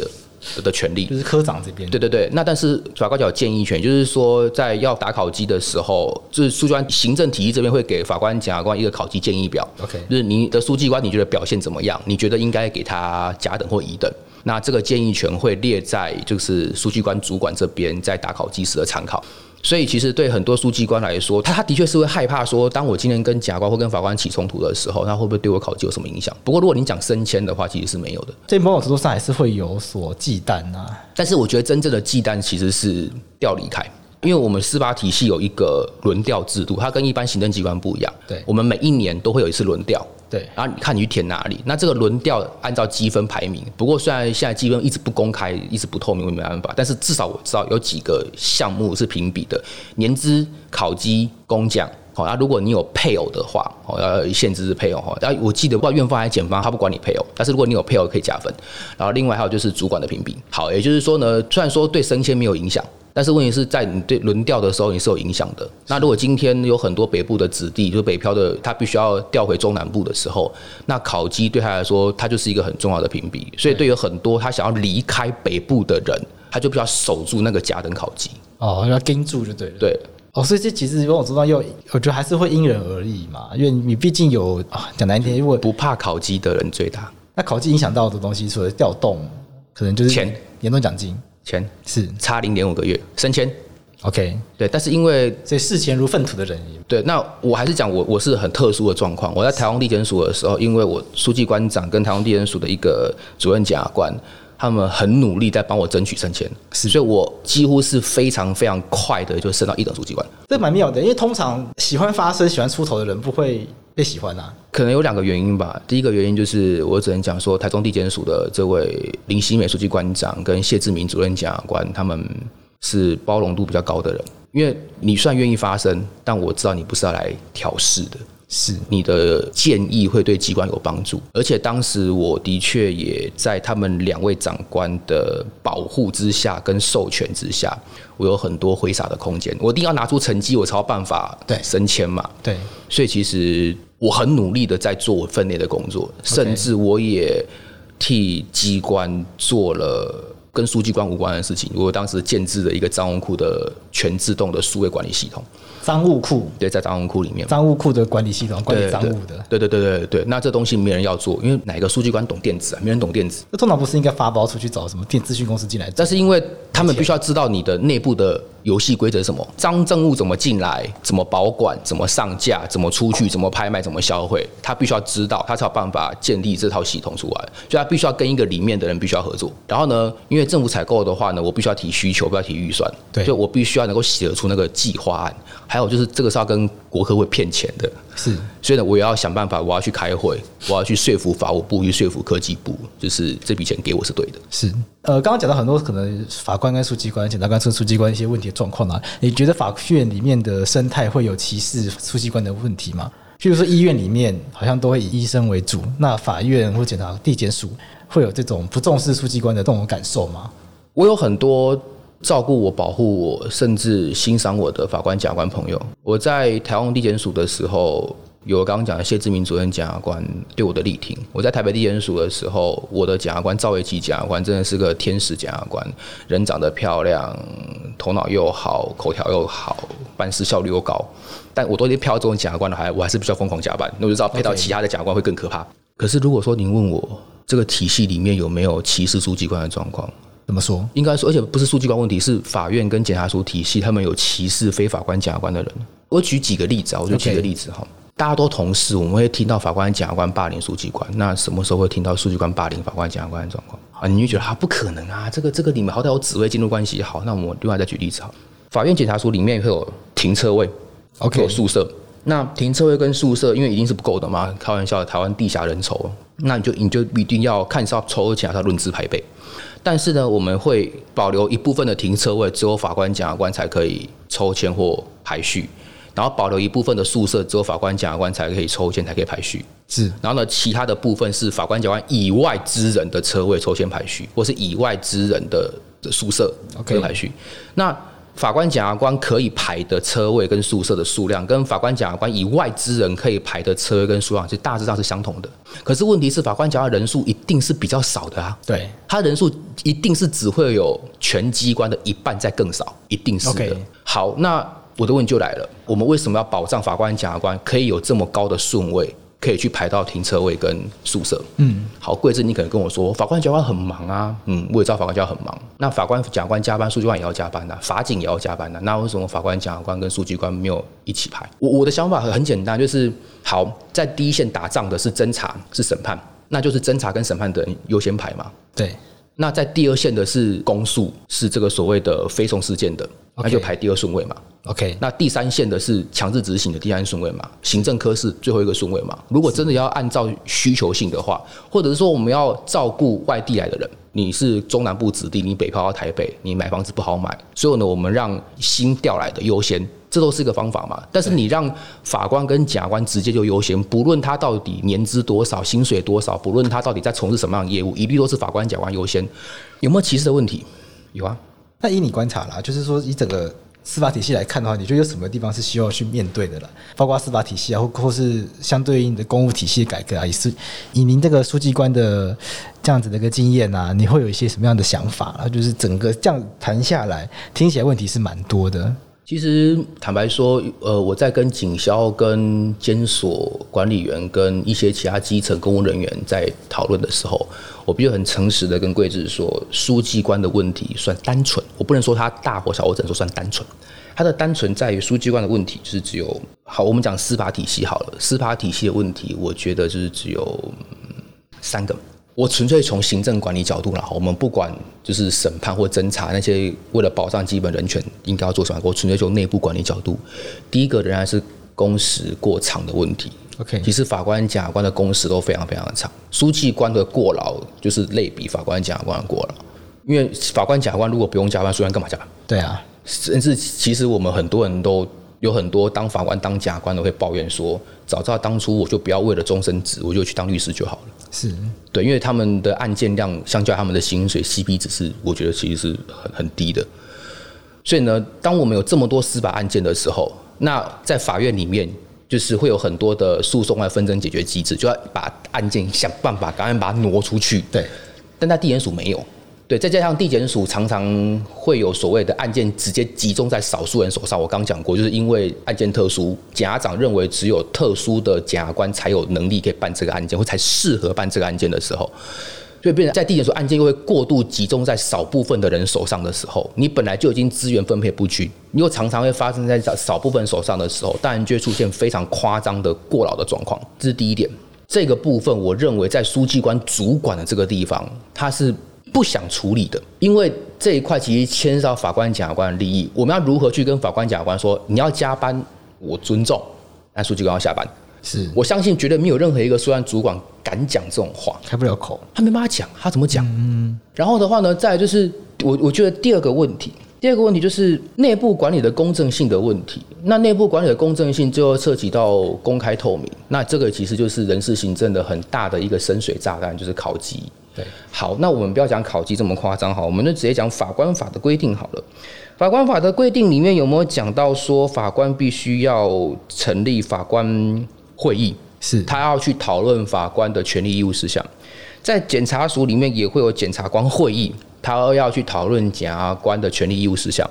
Speaker 3: 的权利
Speaker 2: 就。是科长这边，
Speaker 3: 对对对，那但是法官有建议权，就是说在要打考绩的时候，就是书记官行政体系这边会给法官、检察官一个考绩建议表。
Speaker 2: OK
Speaker 3: 就是你的书记官你觉得表现怎么样？你觉得应该给他甲等或乙等？那这个建议权会列在就是书记官主管这边在打考绩时的参考。所以其实对很多书记官来说，他他的确是会害怕说，当我今天跟检察官或跟法官起冲突的时候，那会不会对我考绩有什么影响？不过如果你讲升迁的话，其实是没有的。
Speaker 2: 这某种程度上还是会有所忌惮啊。
Speaker 3: 但是我觉得真正的忌惮其实是调离开。因为我们司法体系有一个轮调制度，它跟一般行政机关不一样。
Speaker 2: 对
Speaker 3: 我们每一年都会有一次轮调，
Speaker 2: 对
Speaker 3: 然后你看你去填哪里。那这个轮调按照积分排名，不过虽然现在积分一直不公开，一直不透明，我也没办法，但是至少我知道有几个项目是评比的，年资、考绩、工奖。好，那如果你有配偶的话，哦，要限制是配偶哈。然后我记得不知道院方还是检方，他不管你配偶，但是如果你有配偶可以加分。然后另外还有就是主管的评比。好，也就是说呢，虽然说对升迁没有影响，但是问题是在你对轮调的时候，你是有影响的。那如果今天有很多北部的子弟，就是北漂的，他必须要调回中南部的时候，那考绩对他来说，他就是一个很重要的评比。所以对于很多他想要离开北部的人，他就必须要守住那个甲等考绩。
Speaker 2: 哦，要盯住就对了。
Speaker 3: 对，
Speaker 2: 哦，所以这其实某种程度上又，我觉得还是会因人而异嘛，因为你毕竟有啊，讲难听，如果
Speaker 3: 不怕考绩的人最大
Speaker 2: 那考绩影响到的东西，除了调动，可能就是
Speaker 3: 钱、
Speaker 2: 年终奖金
Speaker 3: 钱
Speaker 2: 是
Speaker 3: 差零点五个月升迁。
Speaker 2: OK，
Speaker 3: 对，但是因为
Speaker 2: 所以视钱如粪土的人也
Speaker 3: 对，那我还是讲我我是很特殊的状况。我在台湾地检署的时候，因为我书记官长跟台湾地检署的一个主任检察官，他们很努力在帮我争取升迁，
Speaker 2: 是
Speaker 3: 所以我几乎是非常非常快的就升到一等书记官。
Speaker 2: 这蛮妙的，因为通常喜欢发声、喜欢出头的人不会被喜欢啊。
Speaker 3: 可能有两个原因吧。第一个原因就是我只能讲说，台中地检署的这位林希美书记官长跟谢志明主任检察官，他们是包容度比较高的人，因为你算愿意发声，但我知道你不是要来挑事的。
Speaker 2: 是
Speaker 3: 你的建议会对机关有帮助。而且当时我的确也在他们两位长官的保护之下跟授权之下，我有很多挥洒的空间。我一定要拿出成绩，我才有办法
Speaker 2: 对
Speaker 3: 升迁嘛。
Speaker 2: 对，
Speaker 3: 所以其实我很努力的在做我分内的工作，甚至我也替机关做了。跟书记官无关的事情，我当时建制了一个账户库的全自动的数位管理系统，
Speaker 2: 赃物库、
Speaker 3: 对，在账户库里面，
Speaker 2: 赃物库的管理系统管理
Speaker 3: 对
Speaker 2: 赃物的，
Speaker 3: 对对对对对对，那这东西没人要做，因为哪个书记官懂电子啊？没人懂电子。
Speaker 2: 那通常不是应该发包出去找什么电资讯公司进来？
Speaker 3: 但是因为他们必须要知道你的内部的游戏规则是什么，脏政务怎么进来，怎么保管，怎么上架，怎么出去，怎么拍卖，怎么销毁，他必须要知道，他才有办法建立这套系统出来。所以他必须要跟一个里面的人必须要合作。然后呢，因为政府采购的话呢，我必须要提需求，不要提预算，
Speaker 2: 对
Speaker 3: 所以我必须要能够写得出那个计划案。还有就是这个是要跟国科会骗钱的，
Speaker 2: 是
Speaker 3: 所以呢，我也要想办法，我要去开会，我要去说服法务部，去说服科技部，就是这笔钱给我是对的。
Speaker 2: 是，呃，刚刚讲到很多可能法官跟书记官、检察官跟书记官一些问题的状况啊，你觉得法院里面的生态会有歧视书记官的问题吗？譬如说医院里面好像都会以医生为主，那法院或检察地检署会有这种不重视书记官的这种感受吗？
Speaker 3: 我有很多照顾我、保护我，甚至欣赏我的法官、检察官朋友。我在台湾地检署的时候，有刚刚讲的谢志明主任检察官对我的力挺；我在台北地检署的时候，我的检察官赵维奇检察官真的是个天使检察官，人长得漂亮，头脑又好，口条又好，办事效率又高。但我都已经飘到这种检察官了，还我还是比较疯狂加班，那我就知道配到
Speaker 2: OK
Speaker 3: 其他的检察官会更可怕。可是如果说您问我这个体系里面有没有歧视书记官的状况，
Speaker 2: 怎么说？
Speaker 3: 应该说，而且不是书记官问题，是法院跟检察署体系，他们有歧视非法官、检察官的人。我举几个例子啊，我就举
Speaker 2: OK
Speaker 3: 个例子哈。大家都同事，我们会听到法官、检察官霸凌书记官。那什么时候会听到书记官霸凌法官、检察官的状况啊？你就觉得啊，不可能啊，这个这个你们好歹有指挥进入关系。好，那我们另外再举例子好了。法院、检察署里面会有停车位，
Speaker 2: OK
Speaker 3: 有宿舍。那停车位跟宿舍，因为一定是不够的嘛，开玩笑，台湾地下人稠，那你就你就一定要看是要抽而且还是要论资排辈。但是呢，我们会保留一部分的停车位，只有法官、检察官才可以抽签或排序，然后保留一部分的宿舍，只有法官、检察官才可以抽签，才可以排序。
Speaker 2: 是
Speaker 3: 然后呢，其他的部分是法官、检察官以外之人的车位抽签排序，或是以外之人的的宿舍
Speaker 2: OK
Speaker 3: 这个排序。那法官、检察官可以排的车位跟宿舍的数量，跟法官、检察官以外之人可以排的车位跟数量，其实大致上是相同的。可是问题是，法官、检察官人数一定是比较少的啊。
Speaker 2: 对
Speaker 3: 他人数一定是只会有全机关的一半再更少，一定是的。
Speaker 2: OK
Speaker 3: 好，那我的问题就来了，我们为什么要保障法官、检察官可以有这么高的顺位，可以去排到停车位跟宿舍？嗯，好，贵志，你可能跟我说，法官、检察官很忙啊，嗯，我也知道法官、检察官很忙，那法官、检察官加班，书记官也要加班呐、啊法警也要加班呐、啊那为什么法官、检察官跟书记官没有一起排？我我的想法很简单，就是好，在第一线打仗的是侦查，是审判。那就是侦查跟审判的人优先排嘛，
Speaker 2: 对
Speaker 3: 那在第二线的是公诉，是这个所谓的非讼事件的，那
Speaker 2: OK
Speaker 3: 就排第二顺位嘛。
Speaker 2: OK，
Speaker 3: 那第三线的是强制执行的第三顺位嘛，行政科是最后一个顺位嘛。如果真的要按照需求性的话，或者是说我们要照顾外地来的人，你是中南部子弟，你北漂到台北，你买房子不好买，所以呢，我们让新调来的优先。这都是一个方法嘛，但是你让法官跟检察官直接就优先，不论他到底年资多少、薪水多少，不论他到底在从事什么样的业务，一律都是法官、检察官优先。有没有歧视的问题？有啊，
Speaker 2: 那以你观察啦，就是说以整个司法体系来看的话，你觉得有什么地方是需要去面对的啦？包括司法体系啊，或或是相对应的公务体系的改革啊，也是以您这个书记官的这样子的一个经验啊，你会有一些什么样的想法啊？就是整个这样谈下来，听起来问题是蛮多的。
Speaker 3: 其实坦白说，呃，我在跟警消、跟监所管理员、跟一些其他基层公务人员在讨论的时候，我必须很诚实的跟贵志说，书记官的问题算单纯，我不能说他大或小，我只能说算单纯。它的单纯在于书记官的问题，就是只有好，我们讲司法体系好了，司法体系的问题，我觉得就是只有三个。我纯粹从行政管理角度啦，我们不管就是审判或侦查那些为了保障基本人权应该要做什么，我纯粹从内部管理角度，第一个仍然是工时过长的问题。
Speaker 2: OK，
Speaker 3: 其实法官、检察官的工时都非常非常的长，书记官的过劳就是类比法官、检察官的过劳，因为法官、检察官如果不用加班，书记官干嘛加班？
Speaker 2: 对啊，
Speaker 3: 甚至其实我们很多人都有很多当法官、当检察官的会抱怨说，早知道当初我就不要为了终身职，我就去当律师就好了。
Speaker 2: 是
Speaker 3: 对，因为他们的案件量相较他们的薪水 CP 值是，我觉得其实是很很低的。所以呢，当我们有这么多司法案件的时候，那在法院里面就是会有很多的诉讼外纷争解决机制，就要把案件想办法赶快把它挪出去。
Speaker 2: 对，
Speaker 3: 但在地检署没有。对，再加上地检署常常会有所谓的案件直接集中在少数人手上。我刚讲过，就是因为案件特殊，检察长认为只有特殊的检察官才有能力可以办这个案件，或才适合办这个案件的时候，所以变成在地检署案件又会过度集中在少部分的人手上的时候，你本来就已经资源分配不均，你又常常会发生在少少部分手上的时候，当然就会出现非常夸张的过劳的状况。这是第一点。这个部分，我认为在书记官主管的这个地方，他是不想处理的，因为这一块其实牵涉到法官、检察官的利益。我们要如何去跟法官、检察官说，你要加班，我尊重，但书记官要下班。
Speaker 2: 是
Speaker 3: 我相信绝对没有任何一个书记主管敢讲这种话。
Speaker 2: 开不了口。
Speaker 3: 他没办法讲，他怎么讲？然后的话呢，再来就是我我觉得第二个问题，第二个问题就是内部管理的公正性的问题。那内部管理的公正性，最后涉及到公开透明，那这个其实就是人事行政的很大的一个深水炸弹，就是考级。
Speaker 2: 对，
Speaker 3: 好，那我们不要讲考级这么夸张哈，我们就直接讲法官法的规定好了。法官法的规定里面有没有讲到说法官必须要成立法官会议？
Speaker 2: 是
Speaker 3: 他要去讨论法官的权利义务事项。在检察署里面也会有检察官会议，他要去讨论检察官的权利义务事项。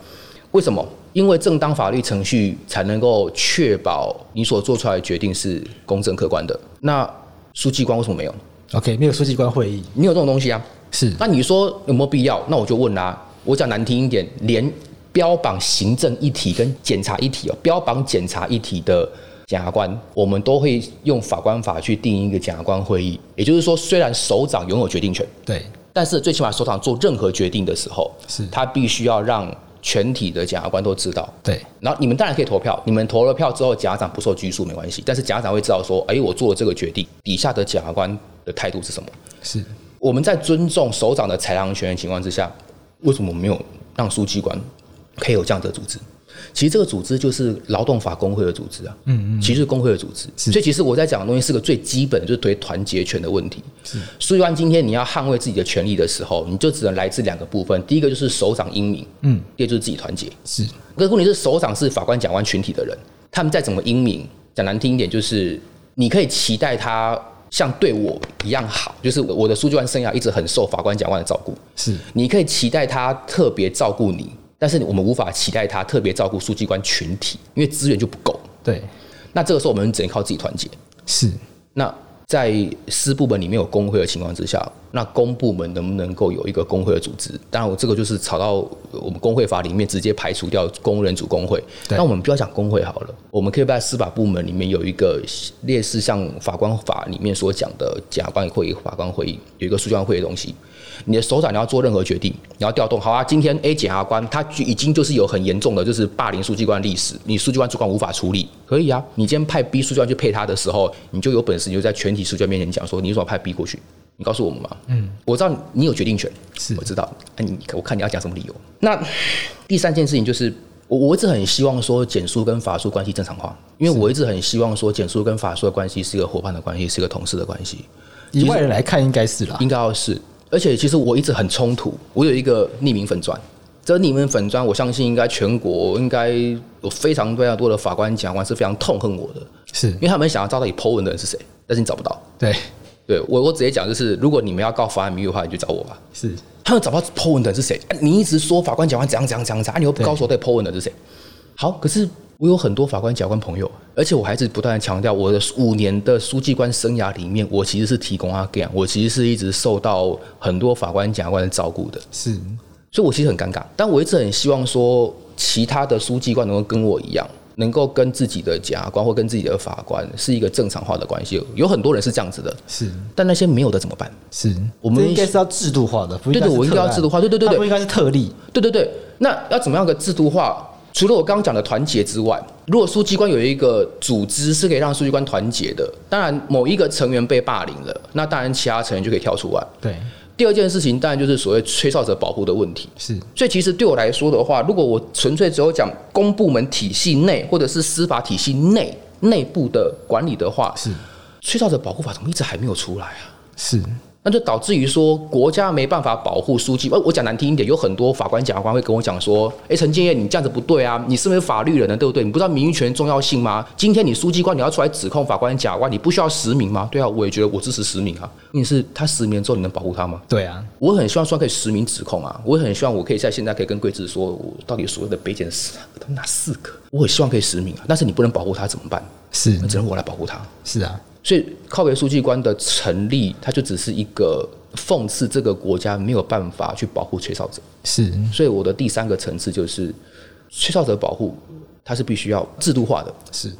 Speaker 3: 为什么？因为正当法律程序才能够确保你所做出来的决定是公正客观的。那书记官为什么没有？
Speaker 2: OK，没有书记官会议
Speaker 3: 你有这种东西啊？
Speaker 2: 是
Speaker 3: 那你说有没有必要？那我就问啦、我讲难听一点，连标榜行政一体跟检察一体哦，标榜检察一体的检察官，我们都会用法官法去定一个检察官会议。也就是说，虽然首长拥有决定权，
Speaker 2: 对
Speaker 3: 但是最起码首长做任何决定的时候，
Speaker 2: 是
Speaker 3: 他必须要让全体的检察官都知道。
Speaker 2: 对
Speaker 3: 然后你们当然可以投票，你们投了票之后，检察长不受拘束没关系，但是检察长会知道说，哎，我做了这个决定，底下的检察官的态度是什么。
Speaker 2: 是
Speaker 3: 我们在尊重首长的裁量权的情况之下，为什么没有让书记官可以有这样的组织？其实这个组织就是劳动法工会的组织啊，嗯嗯，其实是工会的组织，所以其实我在讲的东西是个最基本的，就是对团结权的问题。书记官今天你要捍卫自己的权利的时候，你就只能来自两个部分，第一个就是首长英明，嗯，第二就是自己团结。
Speaker 2: 是
Speaker 3: 可是问题是，首长是法官、检察官群体的人，他们再怎么英明，讲难听一点，就是你可以期待他像对我一样好，就是我的书记官生涯一直很受法官、检察官的照顾，
Speaker 2: 是
Speaker 3: 你可以期待他特别照顾你，但是我们无法期待他特别照顾书记官群体，因为资源就不够。
Speaker 2: 对
Speaker 3: 那这个时候，我们只能靠自己团结。
Speaker 2: 是
Speaker 3: 那在私部门里面有工会的情况之下，那公部门能不能够有一个工会的组织？当然，我这个就是吵到我们工会法里面直接排除掉工人组工会。
Speaker 2: 对
Speaker 3: 那我们不要讲工会好了，我们可以在司法部门里面有一个类似像法官法里面所讲的检察官会议、法官会议有一个诉状会的东西。你的首长你要做任何决定，你要调动。好啊，今天 A 检察官他就已经就是有很严重的就是霸凌书记官历史，你书记官主管无法处理，可以啊。你今天派 B 书记官去配他的时候，你就有本事你就在全体书记官面前讲说，你为什么派 B 过去？你告诉我们嘛。嗯，我知道你有决定权，
Speaker 2: 是
Speaker 3: 我知道。哎、你我看你要讲什么理由。那第三件事情就是。我我一直很希望说简书跟法术关系正常化，因为我一直很希望说简书跟法术的关系是一个伙伴的关系，是一个同事的关系。
Speaker 2: 以外人来看应该是啦。
Speaker 3: 应该要是。而且其实我一直很冲突，我有一个匿名粉砖，这匿名粉砖我相信应该全国应该有非常非常多的法官、检察官是非常痛恨我的，
Speaker 2: 是
Speaker 3: 因为他们想要知道到底 Po 文的人是谁，但是你找不到。
Speaker 2: 对，
Speaker 3: 对我我直接讲就是，如果你们要告法案名誉的话，你就找我吧。
Speaker 2: 是
Speaker 3: 他们找不到 Po 文的人是谁、啊你一直说法官、检察官怎样怎样怎样怎样，啊、你又不告诉我对 Po 文的人是谁。好，可是我有很多法官、检察官朋友，而且我还是不断的强调，我的五年的书记官生涯里面，我其实是提供阿 g a 我其实是一直受到很多法官、检察官的照顾的，
Speaker 2: 是，
Speaker 3: 所以我其实很尴尬。但我一直很希望说，其他的书记官能够跟我一样。能够跟自己的检察官或跟自己的法官是一个正常化的关系，有很多人是这样子的，
Speaker 2: 是
Speaker 3: 但那些没有的怎么办？
Speaker 2: 是，
Speaker 3: 我们
Speaker 2: 这应该是要制度化的，不
Speaker 3: 对对
Speaker 2: 是
Speaker 3: 我应该要
Speaker 2: 特案
Speaker 3: 制度化对对对
Speaker 2: 它
Speaker 3: 对
Speaker 2: 不应该是特例，
Speaker 3: 对对对，那要怎么样个制度化？除了我刚刚讲的团结之外，如果书记官有一个组织是可以让书记官团结的，当然某一个成员被霸凌了，那当然其他成员就可以跳出来。
Speaker 2: 对，
Speaker 3: 第二件事情当然就是所谓吹哨者保护的问题。
Speaker 2: 是
Speaker 3: 所以其实对我来说的话，如果我纯粹只有讲公部门体系内或者是司法体系内内部的管理的话，
Speaker 2: 是
Speaker 3: 吹哨者保护法怎么一直还没有出来啊？
Speaker 2: 是，
Speaker 3: 那就导致于说国家没办法保护书记。呃，我讲难听一点，有很多法官、检察官会跟我讲说：“哎、陈建业，你这样子不对啊，你是不是法律人呢？对不对？你不知道名誉权的重要性吗？今天你书记官你要出来指控法官、检察官，你不需要实名吗？对啊，我也觉得我支持实名啊。你是他实名之后，你能保护他吗？
Speaker 2: 对啊，
Speaker 3: 我很希望说可以实名指控啊，我很希望我可以在现在可以跟桂枝说，我到底所谓的北检四个，他们哪四个？我很希望可以实名啊，但是你不能保护他怎么办？
Speaker 2: 是
Speaker 3: 那只能我来保护他。
Speaker 2: 是啊，
Speaker 3: 所以靠北书记官的成立，它就只是一个讽刺这个国家没有办法去保护吹哨者。
Speaker 2: 是
Speaker 3: 所以我的第三个层次就是，吹哨者保护它是必须要制度化的，
Speaker 2: 是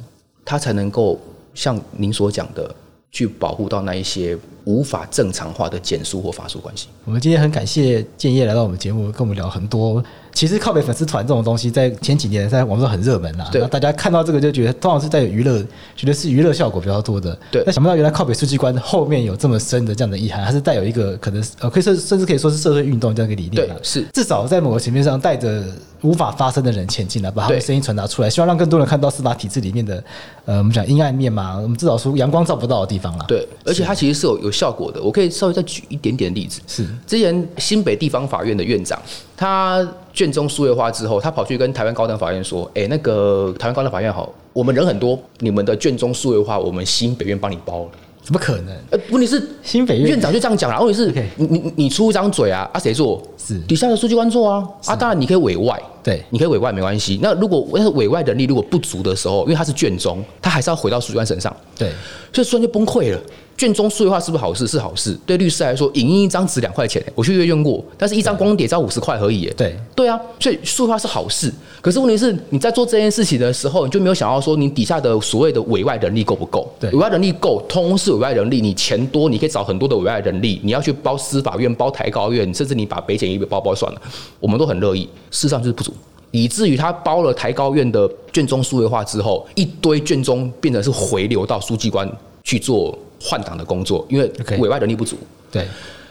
Speaker 3: 它才能够像您所讲的，去保护到那一些无法正常化的减速或法术关系。
Speaker 2: 我们今天很感谢建业来到我们节目，跟我们聊很多。其实靠北粉丝团这种东西，在前几年在网上很热门啦。
Speaker 3: 对
Speaker 2: 那大家看到这个就觉得，通常是在娱乐，觉得是娱乐效果比较多的。
Speaker 3: 对
Speaker 2: 那想不到原来靠北书记官后面有这么深的这样的意涵，它是带有一个可能是呃，可以甚甚至可以说是社会运动这样一个理念啊
Speaker 3: 对
Speaker 2: 啦，。
Speaker 3: 是
Speaker 2: 至少在某个层面上，带着无法发声的人前进来，把他们
Speaker 3: 对
Speaker 2: 声音传达出来，希望让更多人看到司法体制里面的呃，我们讲阴暗面嘛，我们至少说阳光照不到的地方啦。，
Speaker 3: 对，而且它其实是有有效果的。我可以稍微再举一点点例子。
Speaker 2: 是
Speaker 3: 之前新北地方法院的院长，他卷宗数位化之后，他跑去跟台湾高等法院说：“哎、那个台湾高等法院好，我们人很多，你们的卷宗数位化，我们新北院帮你包了。
Speaker 2: 怎么可能？
Speaker 3: 呃，问题是
Speaker 2: 新北院
Speaker 3: 院长就这样讲了，问题是
Speaker 2: OK
Speaker 3: 你你你出一张嘴啊，啊谁做？
Speaker 2: 是
Speaker 3: 底下的书记官做啊啊，当然你可以委外。
Speaker 2: 对
Speaker 3: 你可以委外没关系。那如果但是委外能力如果不足的时候，因为他是卷宗，他还是要回到书记官身上。
Speaker 2: 对
Speaker 3: 所以突然就崩溃了。卷宗数位化是不是好事？是好事。对律师来说，影印一张纸两块钱、欸我去月用过，但是一张光碟只要五十块而已、耶
Speaker 2: 对
Speaker 3: 对啊，所以数位化是好事。可是问题是，你在做这件事情的时候，你就没有想到说，你底下的所谓的委外人力够不够？
Speaker 2: 对
Speaker 3: 委外人力够，通是委外人力，你钱多，你可以找很多的委外人力，你要去包司法院、包台高院，甚至你把北检也包包算了，我们都很乐意。事实上就是不足。以至于他包了台高院的卷宗数位化之后，一堆卷宗变成是回流到书记官去做换挡的工作，因为
Speaker 2: OK
Speaker 3: 委外人力不足。
Speaker 2: 对，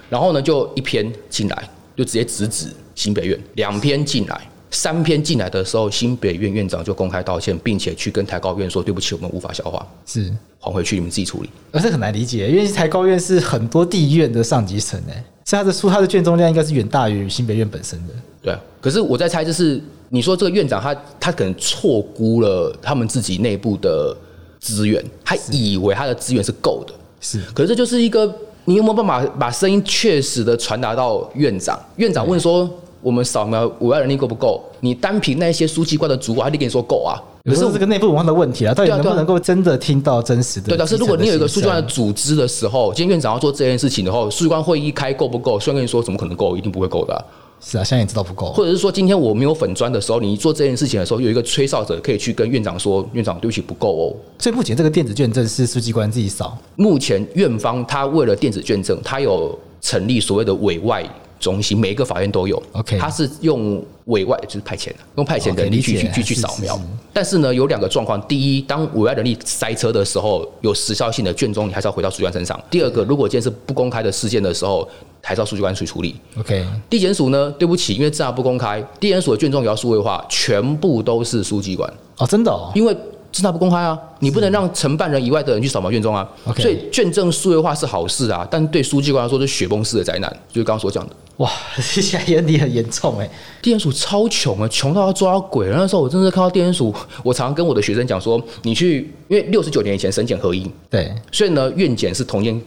Speaker 3: 然后呢，就一篇进来，就直接直指新北院；两篇进来，三篇进来的时候，新北院院长就公开道歉，并且去跟台高院说：“对不起，我们无法消化，
Speaker 2: 是。
Speaker 3: 还回去你们自己处理。
Speaker 2: 而是很难理解，因为台高院是很多地院的上级层哎，所以他的书他的卷宗量应该是远大于新北院本身的。”
Speaker 3: 对啊，可是我在猜，就是你说这个院长他他可能错估了他们自己内部的资源，他以为他的资源是够的，
Speaker 2: 是
Speaker 3: 可是这就是一个，你有没有办法把声音确实的传达到院长？院长问说：“我们扫描五万人力够不够？你单凭那些书记官的主管，他就跟你说够啊。
Speaker 2: 有时候这个内部文化的问题啊，到底
Speaker 3: 对啊
Speaker 2: 能
Speaker 3: 对啊
Speaker 2: 不能够真的听到真实的？啊
Speaker 3: 对，但是啊如果你有一个书记官的，组织的时候，今天院长要做这件事情的话，书记官会议开够不够？书记官跟你说怎么可能够？一定不会够的啊、
Speaker 2: 是啊，现在也知道不够。
Speaker 3: 或者是说，今天我没有粉砖的时候，你做这件事情的时候，有一个吹哨者可以去跟院长说：“院长，对不起，不够哦。
Speaker 2: 所以目前这个电子卷证是书记官自己扫，”
Speaker 3: 目前院方他为了电子卷证，他有成立所谓的委外中心，每一个法院都有。
Speaker 2: OK
Speaker 3: 他是用委外就是派遣的，用派遣的人力
Speaker 2: OK，
Speaker 3: 去
Speaker 2: 理解哎
Speaker 3: 去去去
Speaker 2: 是
Speaker 3: 扫描
Speaker 2: 是是。
Speaker 3: 但是呢，有两个状况：第一，当委外人力塞车的时候，有时效性的卷宗，你还是要回到书记官身上；第二个，如果今天是不公开的事件的时候，还是要书记官去处理。
Speaker 2: OK，
Speaker 3: 地检署呢，对不起，因为资料不公开，地检署的卷宗也要数位化，全部都是书记官，
Speaker 2: 哦，真的哦，
Speaker 3: 因为侦查不公开啊，你不能让承办人以外的人去扫描卷宗啊。
Speaker 2: OK
Speaker 3: 所以卷证数位化是好事啊，但对书记官来说是雪崩式的灾难，就是刚刚所讲的。
Speaker 2: 哇， 现在眼底很严重哎，
Speaker 3: 地检署超穷啊，穷到要抓鬼。那时候我真的是看到地检署，我常常跟我的学生讲说，你去，因为六十九年以前审检合一，
Speaker 2: 对，
Speaker 3: 所以呢，院检是同一间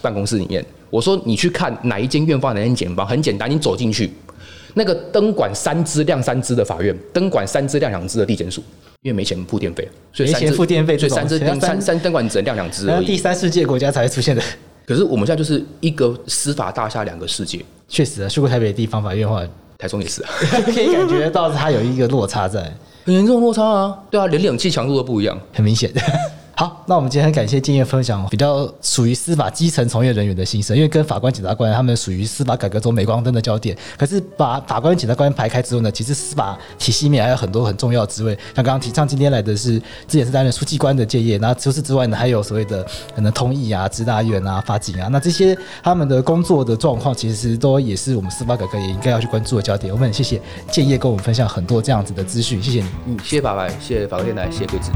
Speaker 3: 办公室里面。我说你去看哪一间院方，哪一间检方，很简单，你走进去，那个灯管三支亮三支的法院，灯管三支亮两支的地检署，因为没钱付电费，所以
Speaker 2: 没
Speaker 3: 三
Speaker 2: 钱
Speaker 3: 支
Speaker 2: 付电费
Speaker 3: 所
Speaker 2: 这
Speaker 3: 以
Speaker 2: 种
Speaker 3: 三支
Speaker 2: 钱
Speaker 3: 灯
Speaker 2: 要三
Speaker 3: 三三灯管只能亮两支
Speaker 2: 然
Speaker 3: 而
Speaker 2: 后第
Speaker 3: 已。
Speaker 2: 三世界国家才会出现的，
Speaker 3: 可是我们现在就是一个司法大厦两个世界，
Speaker 2: 确实啊，去过台北地方法院的话，
Speaker 3: 台中也是啊，
Speaker 2: 可以感觉到它有一个落差在，
Speaker 3: 很严重的落差啊，对啊，连冷气强度都不一样。
Speaker 2: 很明显。 好，那我们今天很感谢经验分享，比较属于司法基层从业人员的心声，因为跟法官、检察官他们属于司法改革中镁光灯的焦点。可是把法官、检察官排开之后呢，其实司法体系里面还有很多很重要的职位，像刚刚提倡今天来的是，之前是担任书记官的建业，那除此之外呢，还有所谓的可能通译啊、执大员啊、法警啊，那这些他们的工作的状况，其实都也是我们司法改革也应该要去关注的焦点。我们很谢谢建业跟我们分享很多这样子的资讯，谢谢你。
Speaker 3: 嗯，谢谢爸爸，谢谢法律电台，谢谢贵子。